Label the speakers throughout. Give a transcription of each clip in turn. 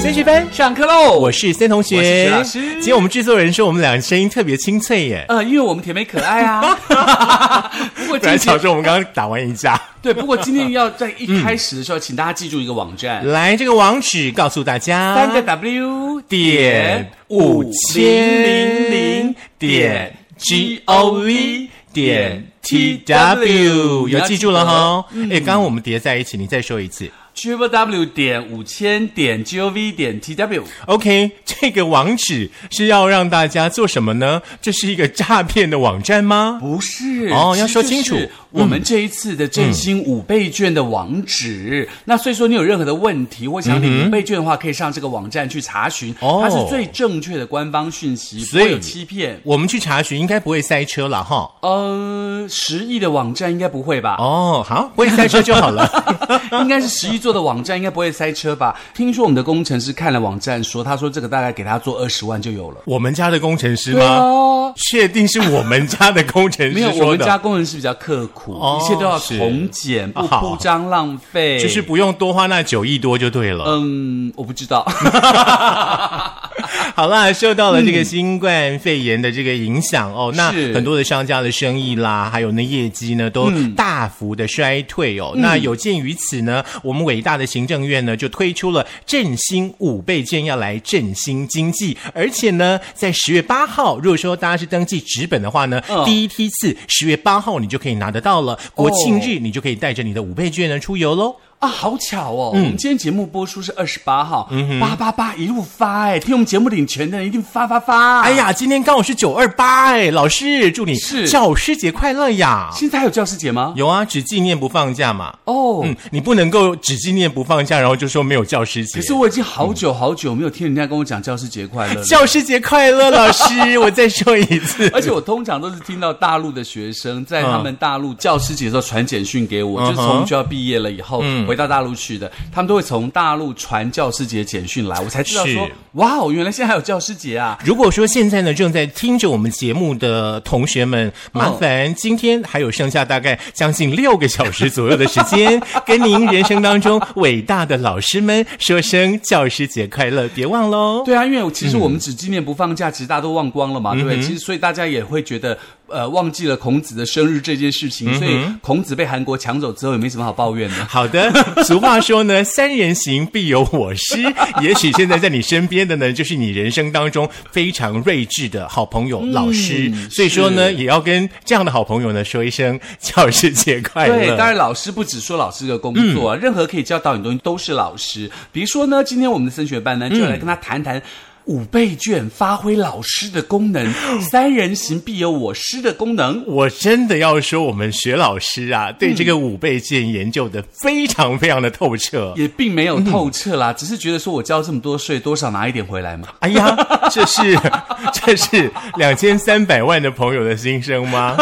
Speaker 1: 先去班上
Speaker 2: 上课喽！
Speaker 1: 我是森同学，
Speaker 2: 我是徐老师
Speaker 1: 今天我们制作人说我们俩声音特别清脆耶，
Speaker 2: 呃，因为我们甜美可爱 啊。不
Speaker 1: 不
Speaker 2: 过今
Speaker 1: 然小
Speaker 2: 天
Speaker 1: 时候我们刚刚打完一架。
Speaker 2: 对，不过今天要在一开始的时候，请大家记住一个网站：
Speaker 1: 来，这个网址告诉大家，
Speaker 2: 三个 W
Speaker 1: 点五千
Speaker 2: 零零点 G O V
Speaker 1: 点
Speaker 2: 点
Speaker 1: T
Speaker 2: T
Speaker 1: W，
Speaker 2: W，
Speaker 1: 有记住了哈？哎，刚刚我们叠在一起，你再说一次。
Speaker 2: ，Triple W 点五千点 G O V 点 T W。
Speaker 1: OK，这个网址是要让大家做什么呢？这是一个诈骗的网站吗？
Speaker 2: 不是
Speaker 1: 哦
Speaker 2: 其实
Speaker 1: 要说
Speaker 2: 就
Speaker 1: 清楚
Speaker 2: 是我们这一次的振兴五倍券的网址，那所以说你有任何的问题或想领五倍券的话，可以上这个网站去查询，
Speaker 1: 嗯哦
Speaker 2: 它是最正确的官方讯息，不
Speaker 1: 所以
Speaker 2: 会有欺骗。
Speaker 1: 我们去查询，应该不会塞车了哈。
Speaker 2: 呃，十亿的网站应该不会吧？
Speaker 1: 哦， 好，不会塞车就好 了。
Speaker 2: 应该是十亿做的网站，应该不会塞车吧？听说我们的工程师看了网站说，他说这个大概给他做二十万就有了。
Speaker 1: 我们家的工程师
Speaker 2: 对
Speaker 1: 吗？
Speaker 2: 啊，
Speaker 1: 确定是我们家的工程
Speaker 2: 没
Speaker 1: 师
Speaker 2: 有，我
Speaker 1: 说
Speaker 2: 们家
Speaker 1: 的，
Speaker 2: 工程师比较刻苦，
Speaker 1: 哦
Speaker 2: 一切都要
Speaker 1: 是
Speaker 2: 从简，不
Speaker 1: 啊好
Speaker 2: 铺张浪费，
Speaker 1: 就是不用多花那九亿多就对了。
Speaker 2: 嗯，我不知 道。
Speaker 1: 好啦，受到了这个新冠肺炎的这个影响、哦，那
Speaker 2: 是
Speaker 1: 很多的商家的生意啦，还有呢业绩呢都
Speaker 2: 嗯
Speaker 1: 大幅的衰退哦。那有鉴于此呢，我们伟大的行政院呢就推出了振兴五倍券，要来振兴经济，而且呢，在十月八号，如果说大家是登记纸本的话呢，
Speaker 2: 嗯
Speaker 1: 第一批次十月八号你就可以拿得到了，国庆日你就可以带着你的五倍券呢出游喽。
Speaker 2: 啊，好巧哦！
Speaker 1: 嗯
Speaker 2: 我们今天节目播出是二十八号，八八八一路发哎，听我们节目领钱的人一定发发发！
Speaker 1: 哎，呀，今天刚好是九二八哎，老师祝你
Speaker 2: 啊是
Speaker 1: 教师节快乐呀！
Speaker 2: 现在还有教师节吗？
Speaker 1: 有啊，只纪念不放假嘛。
Speaker 2: 哦，
Speaker 1: 嗯，你不能够只纪念不放假，然后就说没有教师节
Speaker 2: 可。是我已经好久好久没有听人家跟我讲教师节快乐 了。
Speaker 1: 教师节快乐，老 师！我再说一次，
Speaker 2: 而且我通常都是听到大陆的学生在他们大陆教师节的时候传简讯给我，
Speaker 1: 嗯
Speaker 2: 就是从就要毕业了以后、回到大陆去的，他们都会从大陆传教师节简讯来，我才知道说
Speaker 1: 是，
Speaker 2: 哇哦，原来现在还有教师节啊！
Speaker 1: 如果说现在呢正在听着我们节目的同学们，
Speaker 2: 哦
Speaker 1: 麻烦今天还有剩下大概将近六个小时左右的时 间，跟您人生当中伟大的老师们说声教师节快乐，别忘哦喽。
Speaker 2: 对啊，因为其实我
Speaker 1: 嗯
Speaker 2: 们只纪念不放假，其实大家都忘光了嘛，对不对？其实所以大家也会觉得，呃，忘记了孔子的生日这件事情，
Speaker 1: 嗯
Speaker 2: 所以孔子被韩国抢走之后也没什么好抱怨的。
Speaker 1: 好的， 俗话说呢，三人行必有我 师。也许现在在你身边的呢，就是你人生当中非常睿智的好朋友、老师。所以说呢，
Speaker 2: 嗯是
Speaker 1: 也要跟这样的好朋友呢说一声教师节快乐。
Speaker 2: 对，当然老师不只说老师的工
Speaker 1: 嗯
Speaker 2: 作、啊，任何可以教导你的东西都是老师。比如说呢，今天我们的升学班呢，就来跟他谈谈。五倍卷发挥老师的 功能，三人行必有我师的功能。
Speaker 1: 我真的要说，我们学老师啊，
Speaker 2: 嗯
Speaker 1: 对这个五倍剑研究的非常非常的透彻。
Speaker 2: 也并没有
Speaker 1: 嗯
Speaker 2: 透彻啦，只是觉得说我交这么多税，多少拿一点回来嘛。
Speaker 1: 哎呀，这是 这是两千三百万的朋友的心声 吗？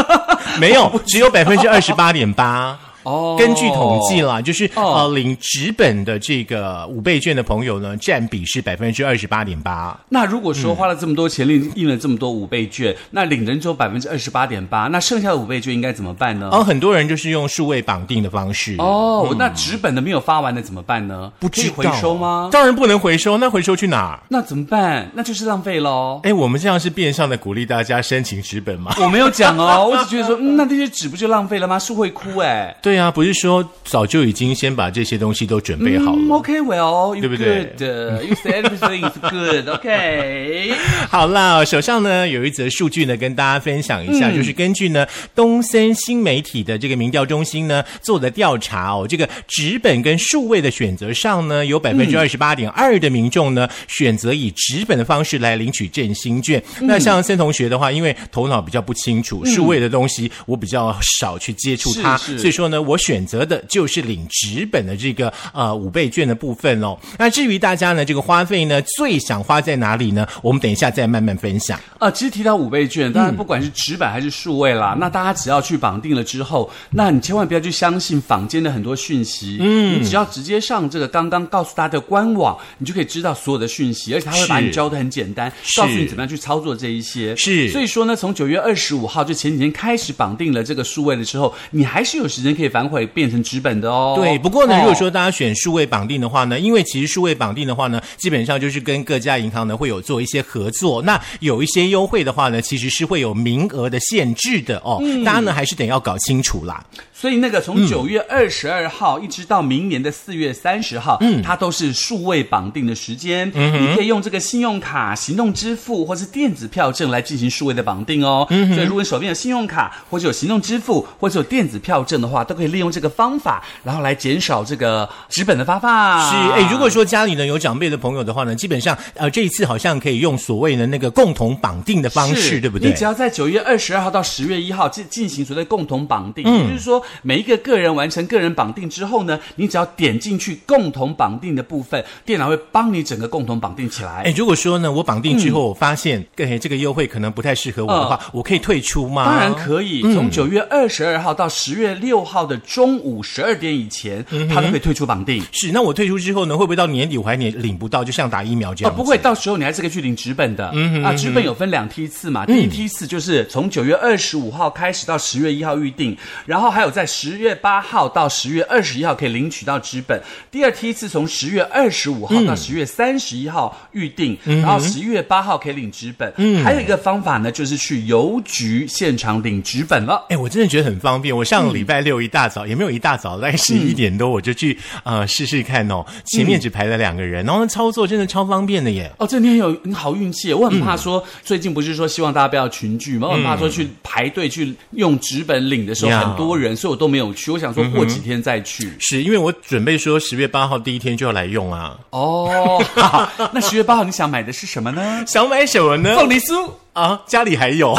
Speaker 1: 没有，只有百分之二十八点八。
Speaker 2: 哦
Speaker 1: 根据统计啦，就是、
Speaker 2: 哦
Speaker 1: 呃，领纸本的这个五倍券的朋友呢，占比是百分之二十八点八。
Speaker 2: 那如果
Speaker 1: 嗯
Speaker 2: 说花了这么多钱，印印了这么多五倍券，那领人只有百分之二十八点八，那剩下的五倍券应该怎么办呢？
Speaker 1: 然后呃很多人就是用数位绑定的方式。
Speaker 2: 哦，那纸本的没有发完的怎么办呢？
Speaker 1: 不
Speaker 2: 可
Speaker 1: 知
Speaker 2: 以
Speaker 1: 道
Speaker 2: 回收吗？
Speaker 1: 当然不能回收，那回收去哪儿？
Speaker 2: 那怎么办？那就是浪费喽。
Speaker 1: 哎，我们这样是变相的鼓励大家申请纸本吗？
Speaker 2: 我没有 讲哦，我只觉得说，嗯，那这些纸不就浪费了吗？树会枯哎。
Speaker 1: 对啊，不是说早就已经先把这些东西都准备好了。
Speaker 2: 嗯，OK，well，、
Speaker 1: 对
Speaker 2: you
Speaker 1: 不
Speaker 2: good. 呃
Speaker 1: 对
Speaker 2: You said everything is good. OK.
Speaker 1: 好啦，手上呢有一则数据呢，跟大家分享一下，
Speaker 2: 嗯
Speaker 1: 就是根据呢东森新媒体的这个民调中心呢做的调查哦，这个纸本跟数位的选择上呢，
Speaker 2: 嗯
Speaker 1: 有百分之二十八点二的民众呢选择以纸本的方式来领取振兴券。
Speaker 2: 嗯
Speaker 1: 那像森同学的话，因为头脑比较不清楚，数位的东西我比较少去接触它，
Speaker 2: 是是
Speaker 1: 所以说呢，我选择的就是领纸本的这个呃五倍券的部分哦。那至于大家呢，这个花费呢，最想花在哪里呢？我们等一下再慢慢分享。
Speaker 2: 啊，其实提到五倍券，
Speaker 1: 嗯
Speaker 2: 当然不管是纸版还是数位啦，那大家只要去绑定了之后，那你千万不要去相信坊间的很多讯息，嗯，你只要直接上这个刚刚告诉大家的官网，你就可以知道所有的讯息，而且他会把
Speaker 1: 是
Speaker 2: 你教的很简单，
Speaker 1: 是
Speaker 2: 告诉你怎么样去操作这一些。
Speaker 1: 是
Speaker 2: 所以说呢，从九月二十五号就前几天开始绑定了这个数位了之后，你还是有时间可以反悔变成纸本的哦。
Speaker 1: 对，不过呢，
Speaker 2: 哦
Speaker 1: 如果说大家选数位绑定的话呢，因为其实数位绑定的话呢，基本上就是跟各家银行呢会有做一些合作，那有一些优惠的话呢，其实是会有名额的限制的哦。
Speaker 2: 嗯
Speaker 1: 大家呢还是得要搞清楚啦。
Speaker 2: 所以那个
Speaker 1: 嗯
Speaker 2: 从九月二十二号一直到明年的四月三十号，嗯，它都是数位绑定的时间，嗯，你可以用这个信用卡、行动支付或是电子票证来进行数位的绑定哦。嗯，所以如果你手边有信用卡或者有行动支付或者有电子票证的话，都可以利用这个方法，然后来减少这个纸本的发放。
Speaker 1: 是，哎，如果说家里呢有长辈的朋友的话呢，基本上呃这一次好像可以用所谓的那个共同绑定的方式，
Speaker 2: 是
Speaker 1: 对不对
Speaker 2: 你？只要在九月二十二号到十月一号进进行所谓的共同绑
Speaker 1: 嗯
Speaker 2: 定，也就是说，每一个个人完成个人绑定之后呢，你只要点进去共同绑定的部分，电脑会帮你整个共同绑定起来。
Speaker 1: 哎，如果说呢，我绑定
Speaker 2: 嗯
Speaker 1: 之后，我发现，哎，这个优惠可能不太适合我的话，我可以退出吗？
Speaker 2: 哦当然可以，
Speaker 1: 嗯
Speaker 2: 从九月二十二号到十月六号的中午十二点以前，
Speaker 1: 嗯
Speaker 2: 它都可以退出绑定。
Speaker 1: 是，那我退出之后呢，会不会到年底我还领领不到，就像打疫苗这
Speaker 2: 哦，
Speaker 1: 样、
Speaker 2: 不会，，到时候你还是可以去领纸本的。嗯啊，纸本有分两梯次嘛，第一梯次就是从九月二十五号开始到十月一号预定，然后还有在十月八号到十月二十一号可以领取到纸本。第二梯次从十月二十五号到十月三十一号预定，然后十一月八号可以领纸本。嗯，还有一个方法呢，就是去邮局现场领纸本了。
Speaker 1: 哎，我真的觉得很方便。我上个礼
Speaker 2: 嗯
Speaker 1: 拜六一大早、也没有一大早，大概十一点多我就去呃试试看哦。前
Speaker 2: 嗯
Speaker 1: 面只排了两个人，然后操作真的超方便的耶。
Speaker 2: 哦，这你很有你好运气。我
Speaker 1: 嗯
Speaker 2: 很怕说、最近不是说希望大家不要群聚吗？我很怕说去排队去用纸本领的时候
Speaker 1: 呀嗯
Speaker 2: 很多人，所以我都没有去。我想说过几天再去。
Speaker 1: 是因为我准备说十月八号第一天就要来用啊，
Speaker 2: 哦，好那十月八号你想买的是什么呢？
Speaker 1: 想买什么呢？
Speaker 2: 凤梨酥，
Speaker 1: 啊，家里还 有。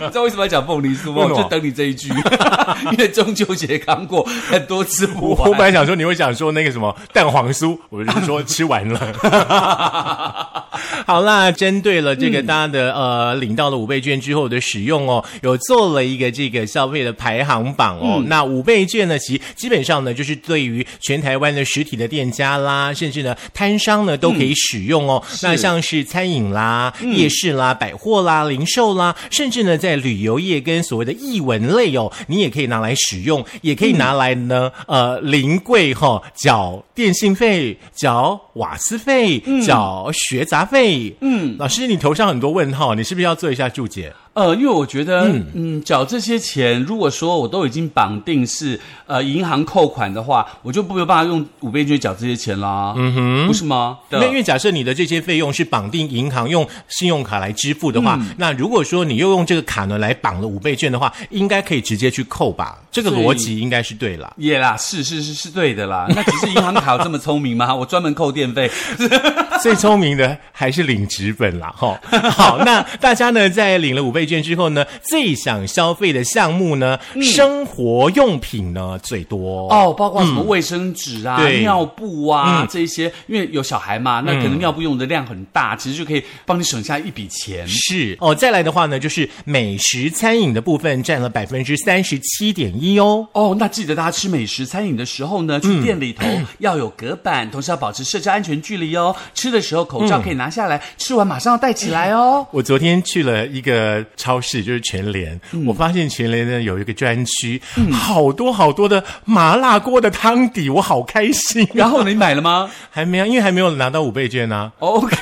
Speaker 2: 你知道为什么要讲凤梨酥
Speaker 1: 为
Speaker 2: 吗？
Speaker 1: 什么
Speaker 2: 我就等你这一句，因为中秋节刚过，很多吃
Speaker 1: 我
Speaker 2: 不
Speaker 1: 我本
Speaker 2: 完。
Speaker 1: 来想说你会想说那个什么蛋黄酥，我就说吃完 了。 好啦，针对了这个大家的、呃领到了五倍券之后的使用哦，有做了一个这个消费的排行榜哦。那五倍券呢，其基本上呢就是对于全台湾的实体的店家啦，甚至呢摊商呢都可以使用哦。那像是嗯餐饮啦、夜市啦、百货啦、零售啦，甚至呢在旅游业跟所谓的艺文类哦，你也可以拿来使用，也可以拿来呢、呃临柜哈、缴电信费、缴瓦斯费、缴学杂费。嗯，老师你头上很多问号，你是不是要做一下注解？
Speaker 2: 呃，因为我觉得，嗯，缴这些钱，如果说我都已经绑定是呃银行扣款的话，我就没有办法用五倍券缴这些钱啦。嗯哼，不是吗？
Speaker 1: 因为因为假设你的这些费用是绑定银行用信用卡来支付的话，那如果说你又用这个卡呢来绑了五倍券的话，应该可以直接去扣吧？这个
Speaker 2: 所以
Speaker 1: 逻辑应该是对啦。
Speaker 2: 也啦，是是是是对的 啦。那只是银行卡有这么聪明吗？我专门扣电费。
Speaker 1: 最聪明的还是领纸本啦，哈。好，那大家呢，在领了五倍券之后呢，最想消费的项目呢，生活用品呢最多。
Speaker 2: 哦，包括什么卫生纸啊、
Speaker 1: 对
Speaker 2: 尿布啊、
Speaker 1: 嗯
Speaker 2: 这一些，因为有小孩嘛，那可能尿布用的量很大，其实就可以帮你省下一笔钱。
Speaker 1: 是哦，再来的话呢，就是美食餐饮的部分占了百分之三十七点一哦。
Speaker 2: 哦，那记得大家吃美食餐饮的时候呢，去店里头要有隔板，同时要保持社交安全距离哦。吃的时候口罩可以拿下来，吃完马上要戴起来哦。
Speaker 1: 我昨天去了一个超市，就是全联，我发现全联呢有一个专区，好多好多的麻辣锅的汤底，我好开心啊！
Speaker 2: 然后你买了吗？
Speaker 1: 还没有，因为还没有拿到五倍券啊呢、
Speaker 2: OK，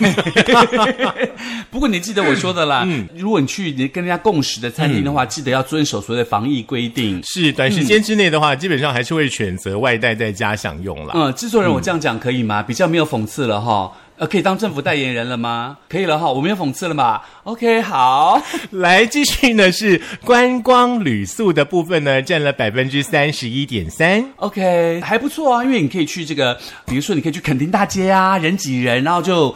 Speaker 2: 不过你记得我说的啦，如果你去你跟人家共识的餐厅的话，记得要遵守所谓的防疫规定。
Speaker 1: 是短时间之内的话，基本上还是会选择外带在家享用啦。
Speaker 2: 嗯，制作人，我这样讲可以吗？比较没有讽刺了哈。呃，可以当政府代言人了吗？可以了哈，我没有讽刺了嘛。OK，好。
Speaker 1: 来，继续呢是观光旅宿的部分呢，占了百分之三十一点三。
Speaker 2: OK，还不错啊，因为你可以去这个，比如说你可以去垦丁大街啊，人挤人，然后就，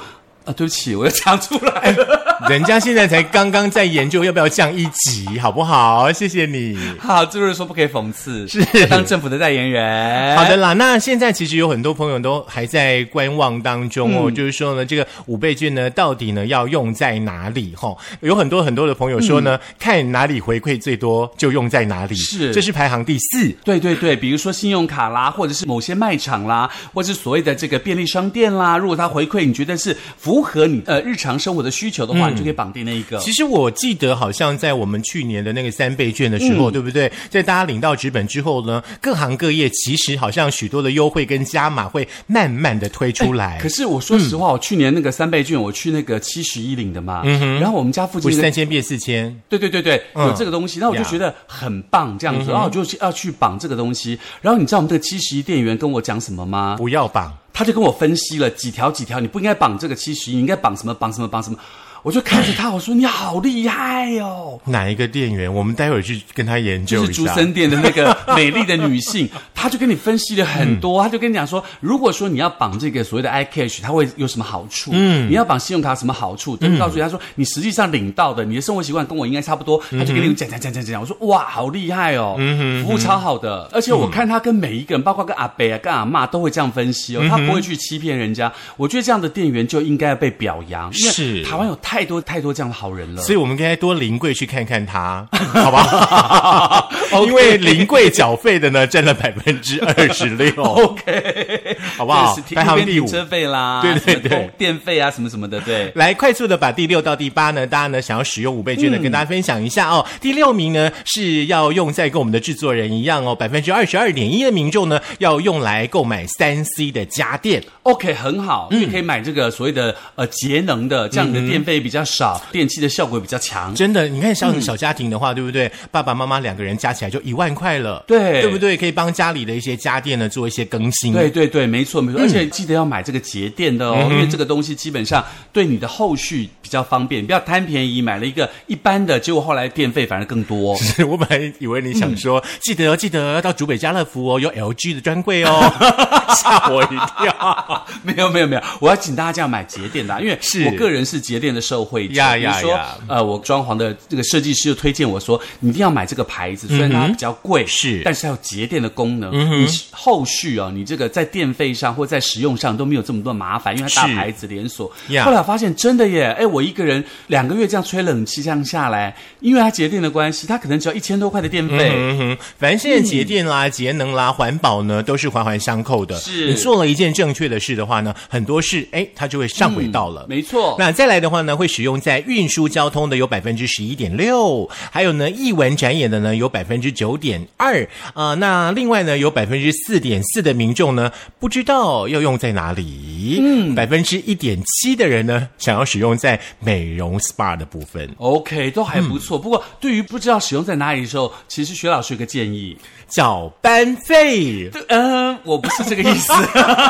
Speaker 2: 啊，对不起，我又讲出来了。
Speaker 1: 人家现在才刚刚在研究要不要降一级，好不好？谢谢你。
Speaker 2: 好，制作人说不可以讽刺，是当政府的代言人。
Speaker 1: 好的啦，那现在其实有很多朋友都还在观望当中
Speaker 2: 嗯
Speaker 1: 哦，就是说呢，这个五倍券呢，到底呢要用在哪里？哈、有很多很多的朋友说呢，看哪里回馈最多就用在哪里，
Speaker 2: 嗯是
Speaker 1: 这是排行第四。
Speaker 2: 对对对，比如说信用卡啦，或者是某些卖场啦，或者是所谓的这个便利商店啦，如果它回馈你觉得是符合你呃日常生活的需求的话，你就可以绑定那一个。
Speaker 1: 嗯其实我记得好像在我们去年的那个三倍券的时
Speaker 2: 嗯
Speaker 1: 候，对不对？在大家领到纸本之后呢，各行各业其实好像许多的优惠跟加码会慢慢的推出来。
Speaker 2: 哎可是我说实
Speaker 1: 嗯
Speaker 2: 话，我去年那个三倍券，我去那个七十一领的嘛，然后我们家附
Speaker 1: 不
Speaker 2: 近
Speaker 1: 是
Speaker 2: 那个
Speaker 1: 三千变四千，
Speaker 2: 对对对对，有这个东西，那我就
Speaker 1: 呀
Speaker 2: 觉得很棒，这样子，然后我就去要去绑这个东西。然后你知道我们这个七十一店员跟我讲什么吗？
Speaker 1: 不要绑。
Speaker 2: 他就跟我分析了几条几条，你不应该绑这个七十一，你应该绑什么绑什么绑什么。我就看着他，我说你好厉害哦，
Speaker 1: 哪一个店员？我们待会儿去跟他研
Speaker 2: 就
Speaker 1: 究
Speaker 2: 是
Speaker 1: 一
Speaker 2: 竹
Speaker 1: 下。
Speaker 2: 森店的 那个美丽的女性，她就跟你分析了很
Speaker 1: 嗯
Speaker 2: 多，她就跟你讲说，如果说你要绑这个所谓的 iCash，它会有什么好处？嗯，你要绑信用卡有什么好处？
Speaker 1: 嗯
Speaker 2: 都告诉你，她说你实际上领到的，你的生活习惯跟我应该差不多，
Speaker 1: 嗯
Speaker 2: 她就跟你讲讲讲讲讲，我说哇，好厉害哦，服务超好的，而且我看她跟每一个人，包括跟阿伯啊、跟阿妈都会这样分析
Speaker 1: 嗯
Speaker 2: 哦，她不会去欺骗人家。我觉得这样的店员就应该要被表扬，因为
Speaker 1: 是
Speaker 2: 台湾有太多太多这样的好人了。
Speaker 1: 所以我们应该多临柜去看看他，好不好？因为临柜缴费的呢，占了百分之二十六，
Speaker 2: OK，
Speaker 1: 好不好
Speaker 2: 就是停
Speaker 1: 排行
Speaker 2: 路边
Speaker 1: 第五
Speaker 2: 停车费 啦，
Speaker 1: 对对
Speaker 2: 什么
Speaker 1: 对
Speaker 2: 公电费啊，什么什么的，对。
Speaker 1: 来快速的把第六到第八呢，大家呢想要使用五倍券
Speaker 2: 嗯
Speaker 1: 的，跟大家分享一下哦。第六名呢是要用在跟我们的制作人一样哦，百分之二十二点一的民众呢要用来购买三 C 的家电，
Speaker 2: OK，很好，
Speaker 1: 嗯
Speaker 2: 因为可以买这个所谓的呃节能的，这样你的电费比较
Speaker 1: 嗯
Speaker 2: 少，电器的效果也比较强。
Speaker 1: 真的，你看小小家庭的
Speaker 2: 嗯
Speaker 1: 话，对不对？爸爸妈妈两个人加起来就一万块了，
Speaker 2: 对
Speaker 1: 对不对？可以帮家里的一些家电呢做一些更新，
Speaker 2: 对对对，没错
Speaker 1: 嗯
Speaker 2: 没错，而且记得要买这个节电的哦，因为这个东西基本上对你的后续比较方便，不要贪便宜，买了一个一般的，结果后来电费反而更多。
Speaker 1: 我本来以为你想说，
Speaker 2: 嗯
Speaker 1: 记得哦记得要到竹北家乐福哦，有 LG 的专柜 哦， 吓我一跳。
Speaker 2: 没有没有没有，我要请大家买节电的啊、因为
Speaker 1: 是
Speaker 2: 我个人是节电的受惠者。
Speaker 1: 呀
Speaker 2: 比如
Speaker 1: 呀
Speaker 2: 说
Speaker 1: 呀
Speaker 2: 呃，我装潢的这个设计师就推荐我说，你一定要买这个牌子，虽然它比较贵，
Speaker 1: 嗯是嗯
Speaker 2: 但是它有节电的功能。你后续啊，你这个在电费上或在使用上都没有这么多麻烦，因为它大
Speaker 1: 是
Speaker 2: 牌子连锁。
Speaker 1: 呀
Speaker 2: 后来我发现真的耶，哎，我一个人两个月这样吹冷气这样下来，因为它节电的关系，它可能只要一千多块的电费。
Speaker 1: 嗯哼，反正现在节电啦、节能啦、环保呢，都是环环相扣的。
Speaker 2: 是
Speaker 1: 你做了一件正确的事的话呢，很多事哎，它就会上轨道了。
Speaker 2: 没错，
Speaker 1: 那再来的话呢，会使用在运输交通的有百分之十一点六，还有呢艺文展演的呢有百分之九点二，呃，那另外呢有百分之四点四的民众呢不知道要用在哪里，嗯，百分之一点七的人呢想要使用在美容 SPA 的部分。
Speaker 2: OK，都还不
Speaker 1: 嗯
Speaker 2: 错。不过，对于不知道使用在哪里的时候，其实薛老师有个建议。
Speaker 1: 缴班费，
Speaker 2: 对，嗯、我不是这个意思。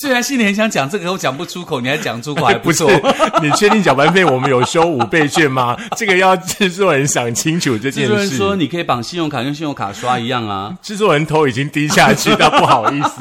Speaker 2: 虽然心里很想讲这个，我讲不出口，你还讲出口，还不
Speaker 1: 不是
Speaker 2: 错。
Speaker 1: 你确定缴班费我们有收五倍券 吗？这个要制作人想清楚这件事。
Speaker 2: 制作人说你可以绑信用卡，用信用卡刷一样啊。
Speaker 1: 制作人头已经低下去，他不好意思。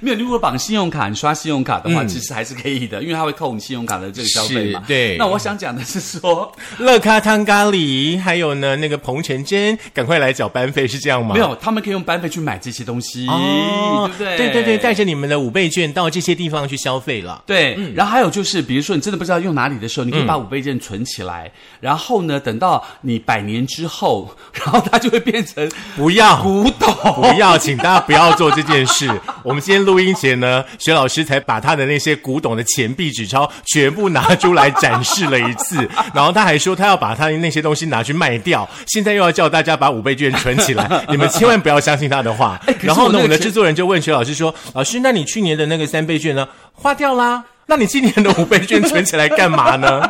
Speaker 2: 没有，如果绑信用卡，你刷信用卡的话，其实还是可以的，因为它会扣你信用卡的这个消费嘛
Speaker 1: 嗯是。对
Speaker 2: 那我想讲的是 说，
Speaker 1: 乐咖汤咖喱，还有呢那个彭晨珍，赶快来缴班费，是这样吗？
Speaker 2: 没。有，他们可以用班费去买这些东西，
Speaker 1: 哦，
Speaker 2: 对不对？
Speaker 1: 对对对，带着嗯你们的五倍券到这些地方去消费了。
Speaker 2: 对，然后还有就是，比如说你真的不知道用哪里的时候，你可
Speaker 1: 嗯
Speaker 2: 以把五倍券存起来，然后呢，等到你百年之后，然后它就会变成
Speaker 1: 不要，
Speaker 2: 古董。
Speaker 1: 不要，请大家不要做这件事。 我们今天录音前呢，薛老师才把他的那些古董的钱币、纸钞全部拿出来展示了一次， 然后他还说他要把他的那些东西拿去卖掉，现在又要叫大家把五倍券存起 来，你们千万不要相信他的话
Speaker 2: 哎可。是
Speaker 1: 然后呢，
Speaker 2: 我那个
Speaker 1: 我们的
Speaker 2: 钱
Speaker 1: 制作人就问薛老师说：“老师，那你去年的那个三倍券呢，花掉啦？那你今年的五倍券存起来干嘛呢？”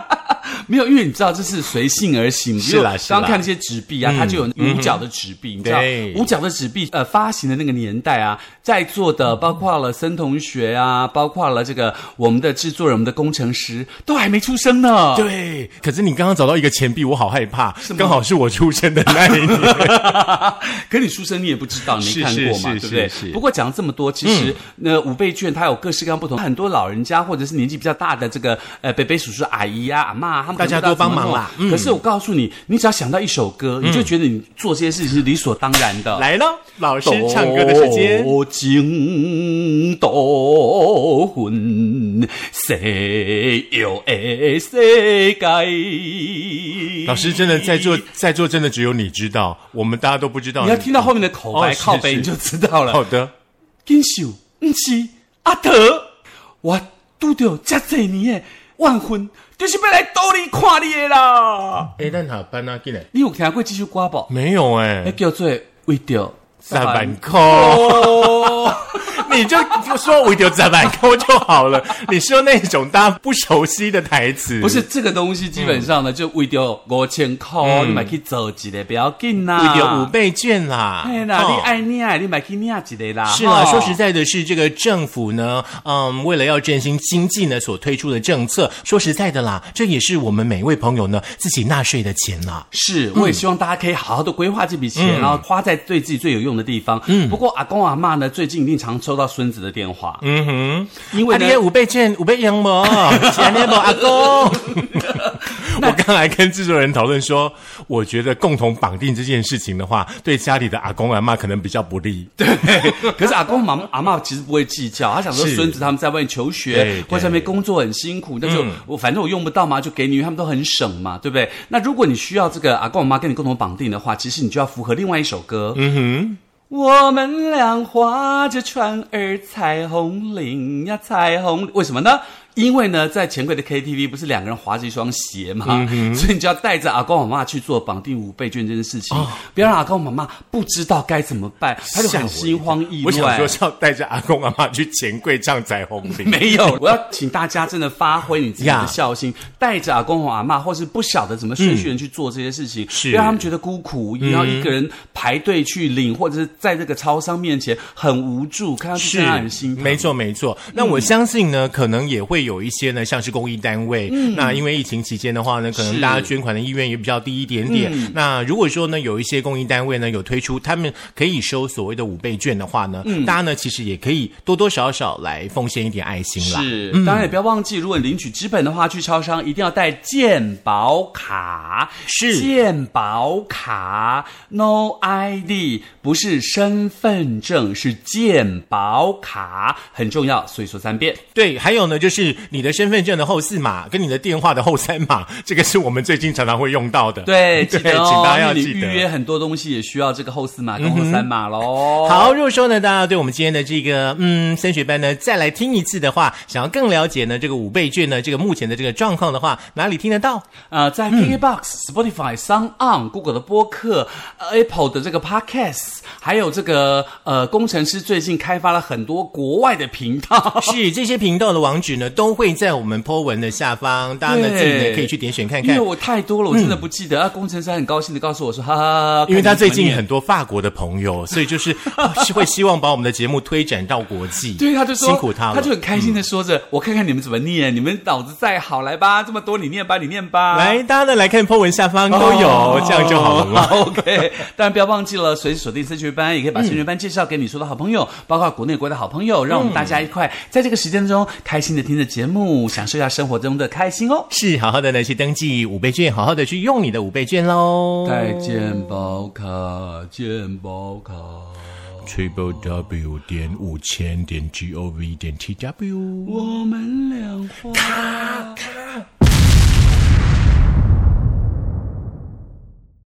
Speaker 2: 没有，因为你知道这是随性而行。
Speaker 1: 是啦
Speaker 2: 比如
Speaker 1: 是啦嗯
Speaker 2: 刚刚看那些纸币啊，它就有五角的纸币，你知道
Speaker 1: 对
Speaker 2: 五角的纸币呃发行的那个年代啊，在座
Speaker 1: 嗯
Speaker 2: 的包括了森同学啊，包括了这个我们的制作人、我们的工程师，都还没出生呢。
Speaker 1: 对，可是你刚刚找到一个钱币，我好害怕，
Speaker 2: 吗
Speaker 1: 刚好是我出生的那一年。
Speaker 2: 可你出生你也不知道，你没看过嘛，
Speaker 1: 是是是
Speaker 2: 对不对？
Speaker 1: 是是嗯
Speaker 2: 不过讲了这么多，其实那五倍券它有各式各样不同，很多老人家或者是年纪比较大的这个呃伯伯叔叔阿姨啊阿妈，他们
Speaker 1: 大家
Speaker 2: 可
Speaker 1: 多
Speaker 2: 能不知道
Speaker 1: 帮
Speaker 2: 怎么
Speaker 1: 忙啦嗯
Speaker 2: 弄哦可是我告诉你，你只要想到一首歌，你就觉得你做这些事情是理所当然的。
Speaker 1: 来了，老师唱歌的时间。
Speaker 2: 多情多恨，西游的世界。
Speaker 1: 老师真的在座，在座真的只有你知道，我们大家都不知道。
Speaker 2: 你要听到后面的口
Speaker 1: 哦
Speaker 2: 白
Speaker 1: 是
Speaker 2: 靠背，
Speaker 1: 是哦
Speaker 2: 你就知道了。
Speaker 1: 好的，
Speaker 2: 金秀，不是阿德，我拄着遮济年的万婚，就是要来兜你看你的啦。
Speaker 1: 哎，咱下班啊，进来
Speaker 2: 你有听过这首歌不？
Speaker 1: 没有
Speaker 2: 那
Speaker 1: 哎，
Speaker 2: 叫做为着
Speaker 1: 三万块。
Speaker 2: 哦，
Speaker 1: 你就说我有在板扣就好 了。你说那种大家不熟悉的台词，
Speaker 2: 不是这个东西，基本上呢，就为着五千块，你买去做一个，不要紧啦。
Speaker 1: 会嗯有五倍券啦？
Speaker 2: 哎啦，
Speaker 1: 哦
Speaker 2: 你爱你爱，你买去领一个啦。哦
Speaker 1: 是啦，
Speaker 2: 吼
Speaker 1: 说实在的是，这个政府呢，嗯，为了要振兴经济呢，所推出的政策，说实在的啦，这也是我们每位朋友呢自己纳税的钱啦。
Speaker 2: 是，我也希望大家可以好好的规划这笔
Speaker 1: 嗯
Speaker 2: 钱，然后花在对自己最有用的地方。嗯，不过阿公阿妈呢，最近一定常收到孙子的电话，
Speaker 1: 嗯哼，
Speaker 2: 因为
Speaker 1: 阿
Speaker 2: 呢，
Speaker 1: 爹五倍券，五倍羊 毛，钱那不阿 公。我刚才跟制作人讨论说，我觉得共同绑定这件事情的话，对家里的阿公阿妈可能比较不利。
Speaker 2: 可是阿公妈阿妈其实不会计较，他想说
Speaker 1: 是
Speaker 2: 孙子他们在外面求
Speaker 1: 对嗯
Speaker 2: 学或者在外面工作很辛苦，那就我反正我用不到嘛，就给你，因为他们都很省嘛，对不对？那如果你需要这个阿公阿妈跟你共同绑定的话，其实你就要符合另外一首歌。嗯哼。我们俩划着船儿，彩虹领呀，彩虹，为什么呢？因为呢，在钱柜的 KTV 不是两个人划着一双鞋
Speaker 1: 嗯
Speaker 2: 嘛，所以你就要带着阿公阿妈去做绑定五倍券这件事
Speaker 1: 哦
Speaker 2: 情，不要让阿公阿妈不知道该怎么办，他就
Speaker 1: 吓我
Speaker 2: 很
Speaker 1: 一
Speaker 2: 心
Speaker 1: 跳
Speaker 2: 慌意乱。
Speaker 1: 我想说是要带着阿公阿妈去钱柜唱彩虹铃。
Speaker 2: 没有，我要请大家真的发挥你自己
Speaker 1: 呀
Speaker 2: 的孝心，带着阿公阿妈或是不晓得怎么顺序的人去做这些事情，
Speaker 1: 是嗯
Speaker 2: 不要让他们觉得孤苦无依，然后一个人排队去领，或者是在这个超商面前很无助，看上去真的让人心疼。
Speaker 1: 没错没错。那我相信呢，可能也会有一些呢，像是公益单位。那因为疫情期间的话呢，可能
Speaker 2: 嗯是嗯
Speaker 1: 大家捐款的意愿也比较低一点点。那如果说呢，有一些公益单位呢有推出，他们可以收所谓的五倍券的话呢，
Speaker 2: 嗯
Speaker 1: 大家呢其实也可以多多少少来奉献一点爱心啦。
Speaker 2: 是，当然也不要忘记，如果你领取纸本的话，去超商一定要带健保卡。
Speaker 1: 是
Speaker 2: 健保卡，No ID，不是身份证，是健保卡，很重要，所以说三 遍。
Speaker 1: 对，还有呢，就是你的身份证的后四码跟你的电话的后三码，这个是我们最近常常会用到的。
Speaker 2: 对，记
Speaker 1: 对，
Speaker 2: 得哦，
Speaker 1: 请大家要
Speaker 2: 因为
Speaker 1: 记得。
Speaker 2: 你
Speaker 1: 嗯
Speaker 2: 预约很多东西也需要这个后四码跟后三码喽。
Speaker 1: 好，如果说呢，大家对我们今天的这个嗯升学班呢再来听一次的话，想要更了解呢这个五倍券呢这个目前的这个状况的话，哪里听得到？
Speaker 2: 呃，在
Speaker 1: 嗯
Speaker 2: KKBOX、Spotify、Sound On、Google 的播客、呃 Apple 的这个 Podcast，还有这个呃，工程师最近开发了很多国外的频道。
Speaker 1: 是这些频道的网址呢都会在我们 Po 文的下方，大家呢
Speaker 2: 对
Speaker 1: 自己呢可以去点 选看
Speaker 2: 因为
Speaker 1: 看。
Speaker 2: 我太多了，我真的不记得。啊，工程师还很高兴的告诉我说，哈哈哈，
Speaker 1: 因为他最
Speaker 2: 看你
Speaker 1: 近
Speaker 2: 怎么念
Speaker 1: 很多法国的朋友，所以就是 是会希望把我们的节目推展到国际。
Speaker 2: 对，他就说
Speaker 1: 辛苦他了。嗯
Speaker 2: 他就很开心的说着，我看看你们怎么念，你们脑子再好来吧，这么多你念吧，你念吧，
Speaker 1: 来，大家呢来看 Po 文下 方都有，
Speaker 2: 哦
Speaker 1: 这样就好了嘛。
Speaker 2: OK，当然不要忘记了，随时锁定升学班，也可以把升学班介绍给你说的好朋友，包括国内国外的好朋友，让我们大家一块嗯在这个时间中开心的听着节目，享受一下生活中的开心哦。
Speaker 1: 是好好的呢去登记五倍券，好好的去用你的五倍券喽。
Speaker 2: 带健保卡，健保卡。
Speaker 1: triple w 点五千点 g o v 点 t w。
Speaker 2: 我们俩花。